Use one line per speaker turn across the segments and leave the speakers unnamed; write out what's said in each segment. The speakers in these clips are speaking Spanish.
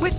With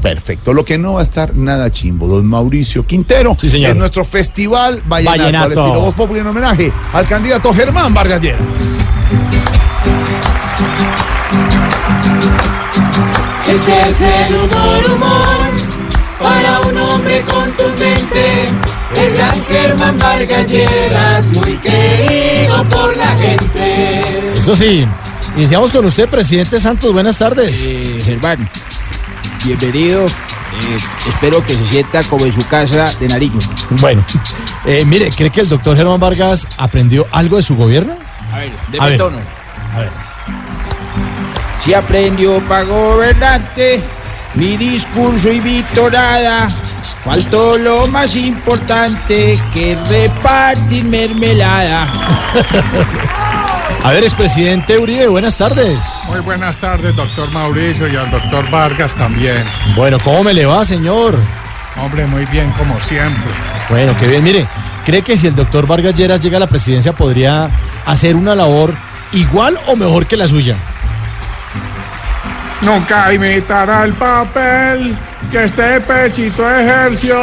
Perfecto, lo que no va a estar nada chimbo, don Mauricio Quintero.
Sí, señor.
En nuestro festival Vallenato, al
Vallenato.
estilo Voz Populi en homenaje al candidato Germán Vargas Lleras.
Este es el humor, humor, para un hombre contundente. El gran Germán Vargas Lleras, muy querido por la gente.
Eso sí, iniciamos con usted, presidente Santos. Buenas tardes.
Eh, Germán, bienvenido. Eh, espero que se sienta como en su casa de Nariño.
Bueno, eh, mire, ¿cree que el doctor Germán Vargas aprendió algo de su gobierno?
A ver,
A
deme
ver.
tono.
A ver.
Si aprendió para gobernante, mi discurso y victorada. Faltó lo más importante eh, que repartir mermelada.
A ver, expresidente Uribe, buenas tardes.
Muy buenas tardes, doctor Mauricio y al doctor Vargas también.
Bueno, ¿cómo me le va, señor?
Hombre, muy bien como siempre.
Bueno, qué bien. Mire, ¿cree que si el doctor Vargas Lleras llega a la presidencia podría hacer una labor igual o mejor que la suya?
Nunca imitará el papel que este pechito ejerció,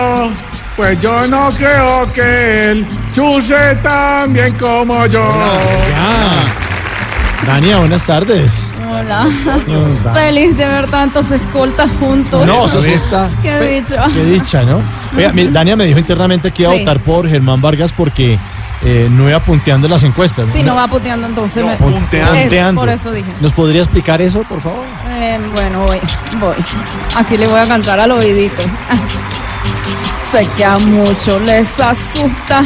pues yo no creo que él chuse tan bien como yo.
Ah. Dania, buenas tardes.
Hola.
No, Dan-
Feliz de ver tantos escoltas juntos.
No, eso sí está.
Qué dicho.
Qué dicha, ¿no? Oiga, mire, Dania me dijo internamente que iba a
Sí.
votar por Germán Vargas porque eh, no iba punteando en las encuestas.
Sí, no va puteando entonces. me-
pun- punteando.
Es, por eso dije.
¿Nos podría explicar eso, por favor?
Eh, bueno, voy, voy. Aquí le voy a cantar al oídito. sé que a muchos les asusta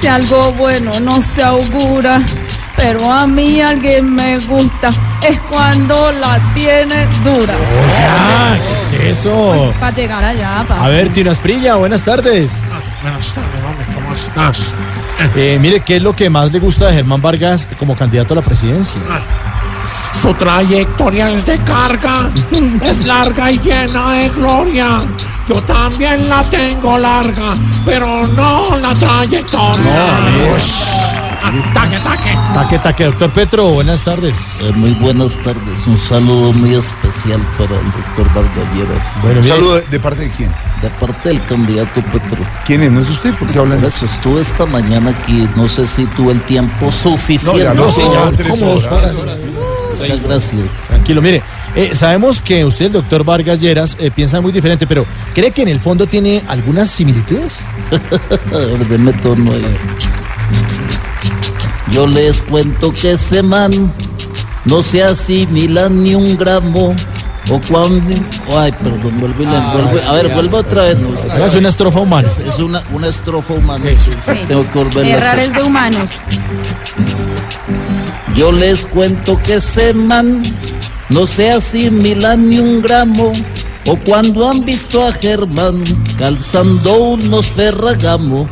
si algo bueno no se augura. Pero a mí alguien me gusta, es cuando la tiene dura.
Ah, ¿qué es eso?
Para llegar allá, pa.
A ver, Tino Asprilla, buenas tardes.
Buenas tardes, hombre, ¿cómo estás?
Eh, mire, ¿qué es lo que más le gusta de Germán Vargas como candidato a la presidencia?
Ah. Su trayectoria es de carga, es larga y llena de gloria. Yo también la tengo larga, pero no la trayectoria. taque, taque.
Taque, taque, doctor Petro, buenas tardes.
Eh, muy buenas tardes, un saludo muy especial para el doctor Vargas Lleras,
Bueno,
Un
mire,
saludo de, de parte de quién?
de parte del candidato Petro.
¿Quién es? ¿No es usted? ¿Por qué hablan?
Pues estuve esta mañana aquí, no sé si tuve el tiempo suficiente.
ya
no,
sí, ya
señor,
tres
¿cómo?
horas.
Muchas gracias.
tranquilo, mire, eh, sabemos que usted, el doctor Vargas Lleras, eh, piensa muy diferente, pero ¿cree que en el fondo tiene algunas similitudes?
A ver, deme tono ahí. Yo les cuento que ese man no se asimila ni un gramo. O cuando. Ay, perdón, vuelve y le envuelve. A ver, vuelve otra vez. no, es-
Hágase una estrofa humana.
Es una, una estrofa humana. Tengo que volverla a
Errar
hacer.
es de humanos.
Yo les cuento que ese man no se asimila ni un gramo. O cuando han visto a Germán calzando unos ferragamo.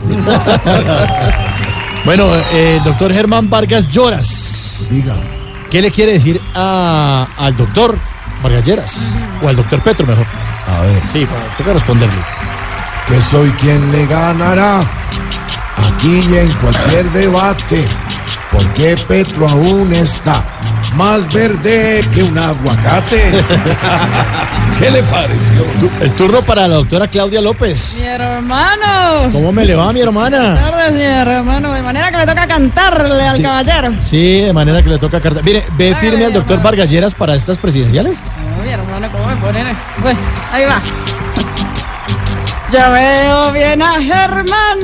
Bueno, eh, el doctor Germán Vargas Lloras,
Diga.
¿qué le quiere decir a- al doctor Vargas Lleras? O al doctor Petro, mejor.
A ver,
Sí, para- tengo que responderle.
que soy quien le ganará aquí y en cualquier debate, porque Petro aún está más verde que un aguacate. ¿Qué le pareció?
El turno para la doctora Claudia López.
Mi hermano.
¿Cómo me le va, mi hermana?
Buenas tardes, mi hermano. De manera que le toca cantarle al caballero.
Sí, de manera que le toca carta. Mire, ¿ve
Ay,
firme al doctor
hermano.
Vargas Lleras para estas presidenciales?
Uy, hermano, ¿cómo me ponen? Bueno, ahí va. Ya veo bien a Germán.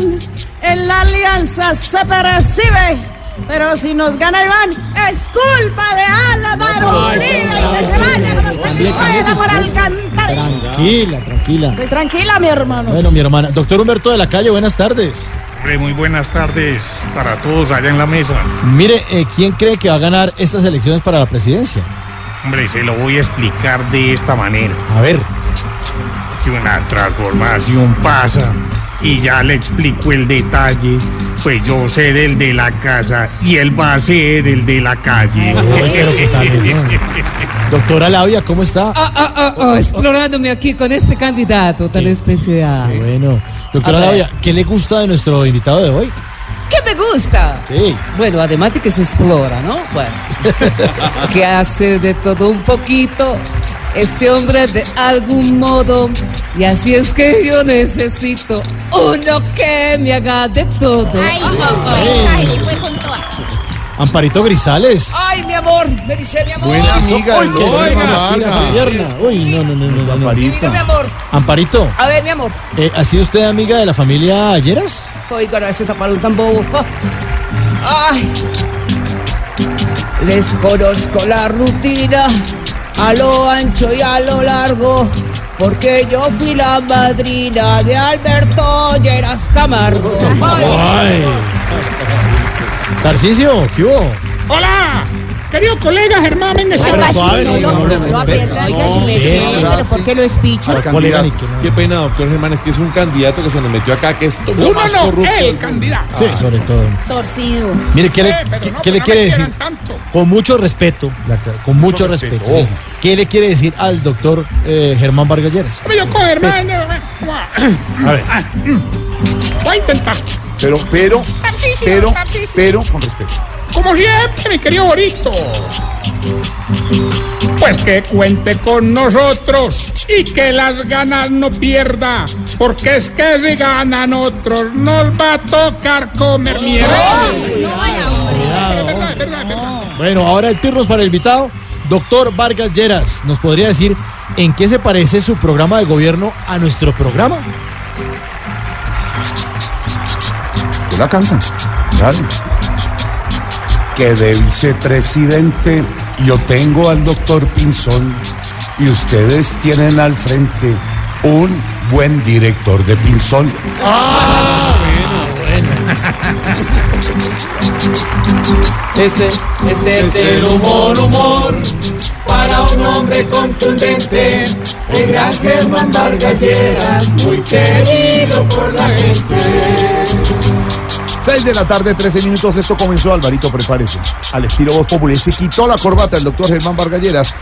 En la alianza se percibe. Pero si nos gana Iván, es culpa de Álvaro Uribe. Y que se vaya como se le pueda por alcantar.
Tranquila, tranquila.
Estoy tranquila, mi hermano.
Bueno, mi hermana. Doctor Humberto de la Calle, buenas tardes.
Hombre, muy buenas tardes para todos allá en la mesa.
Mire, eh, ¿quién cree que va a ganar estas elecciones para la presidencia?
Hombre, se lo voy a explicar de esta manera.
A ver.
que una transformación pasa y ya le explico el detalle. Pues yo seré el de la casa y él va a ser el de la calle.
pero qué tal, ¿no? Doctora Labia, ¿cómo está?
Ah, ah, ah, ah, explorándome aquí con este candidato tan especial.
Ah, Bueno, doctora
A ver.
Labia, ¿qué le gusta de nuestro invitado de hoy?
¿Qué me gusta?
Sí.
Bueno, además de que se explora, ¿no? Bueno, que hace de todo un poquito este hombre de algún modo. Y así es que yo necesito uno que me haga de todo.
Ay, pues,
Ay.
ahí fue con toda.
Amparito Grisales.
Ay, mi amor, me dice mi amor.
Uy, que se me estira esa pierna. Uy, no, no, no, no, no.
Divino, mi amor.
Amparito,
A ver, mi amor,
eh, ¿ha sido usted amiga de la familia Ayeras?
voy con ese taparón tan bobo. Ay, les conozco la rutina a lo ancho y a lo largo, porque yo fui la madrina de Alberto Lleras Camargo.
Ay. Tarcisio, ¿qué hubo?
Hola, querido colega Germán Méndez.
Pero
Arroyo.
suave, no, no, no,
no,
respeta.
no,
Oiga,
no,
sí,
sí,
sí,
no,
pero
sí.
¿por qué lo espicha?
Al
Ahora,
candidato.
Colegani, que no.
Qué pena, doctor Germán, es que es un candidato que se nos metió acá, que es todo lo
Uno
más
no,
corrupto.
el
del mundo.
candidato.
Sí, sobre todo.
Torcido.
Mire, ¿qué le,
Eh, pero
qué-
no,
qué
pero
le
no
quiere
me
decir?
quieran tanto.
Con mucho respeto, la clara- con mucho, respeto.
respeto,
sí. ¿Qué le quiere decir al doctor eh, Germán Vargas Lleras?
Hombre, yo con Germán Méndez, voy a-
A ver.
Ah, mm. Voy a intentar.
Pero, pero,
Tarcisio,
pero,
Tarcisio.
pero, con respeto.
Como siempre, mi querido Borito. Pues que cuente con nosotros y que las ganas no pierda, porque es que si ganan otros nos va a tocar comer mierda. Es verdad, es verdad, es verdad.
Bueno, ahora el turno es para el invitado, doctor Vargas Lleras. ¿Nos podría decir en qué se parece su programa de gobierno a nuestro programa?
Yo la canta. Claro. Que de vicepresidente yo tengo al doctor Pinzón y ustedes tienen al frente un buen director de Pinzón.
Este, este es el humor, humor para un hombre contundente. El gran Germán Vargas Lleras, muy querido por la gente.
6 de la tarde, 13 minutos. Esto comenzó, Alvarito, prepárese. Al estilo Voz Populi. Se quitó la corbata el doctor Germán Vargalleras.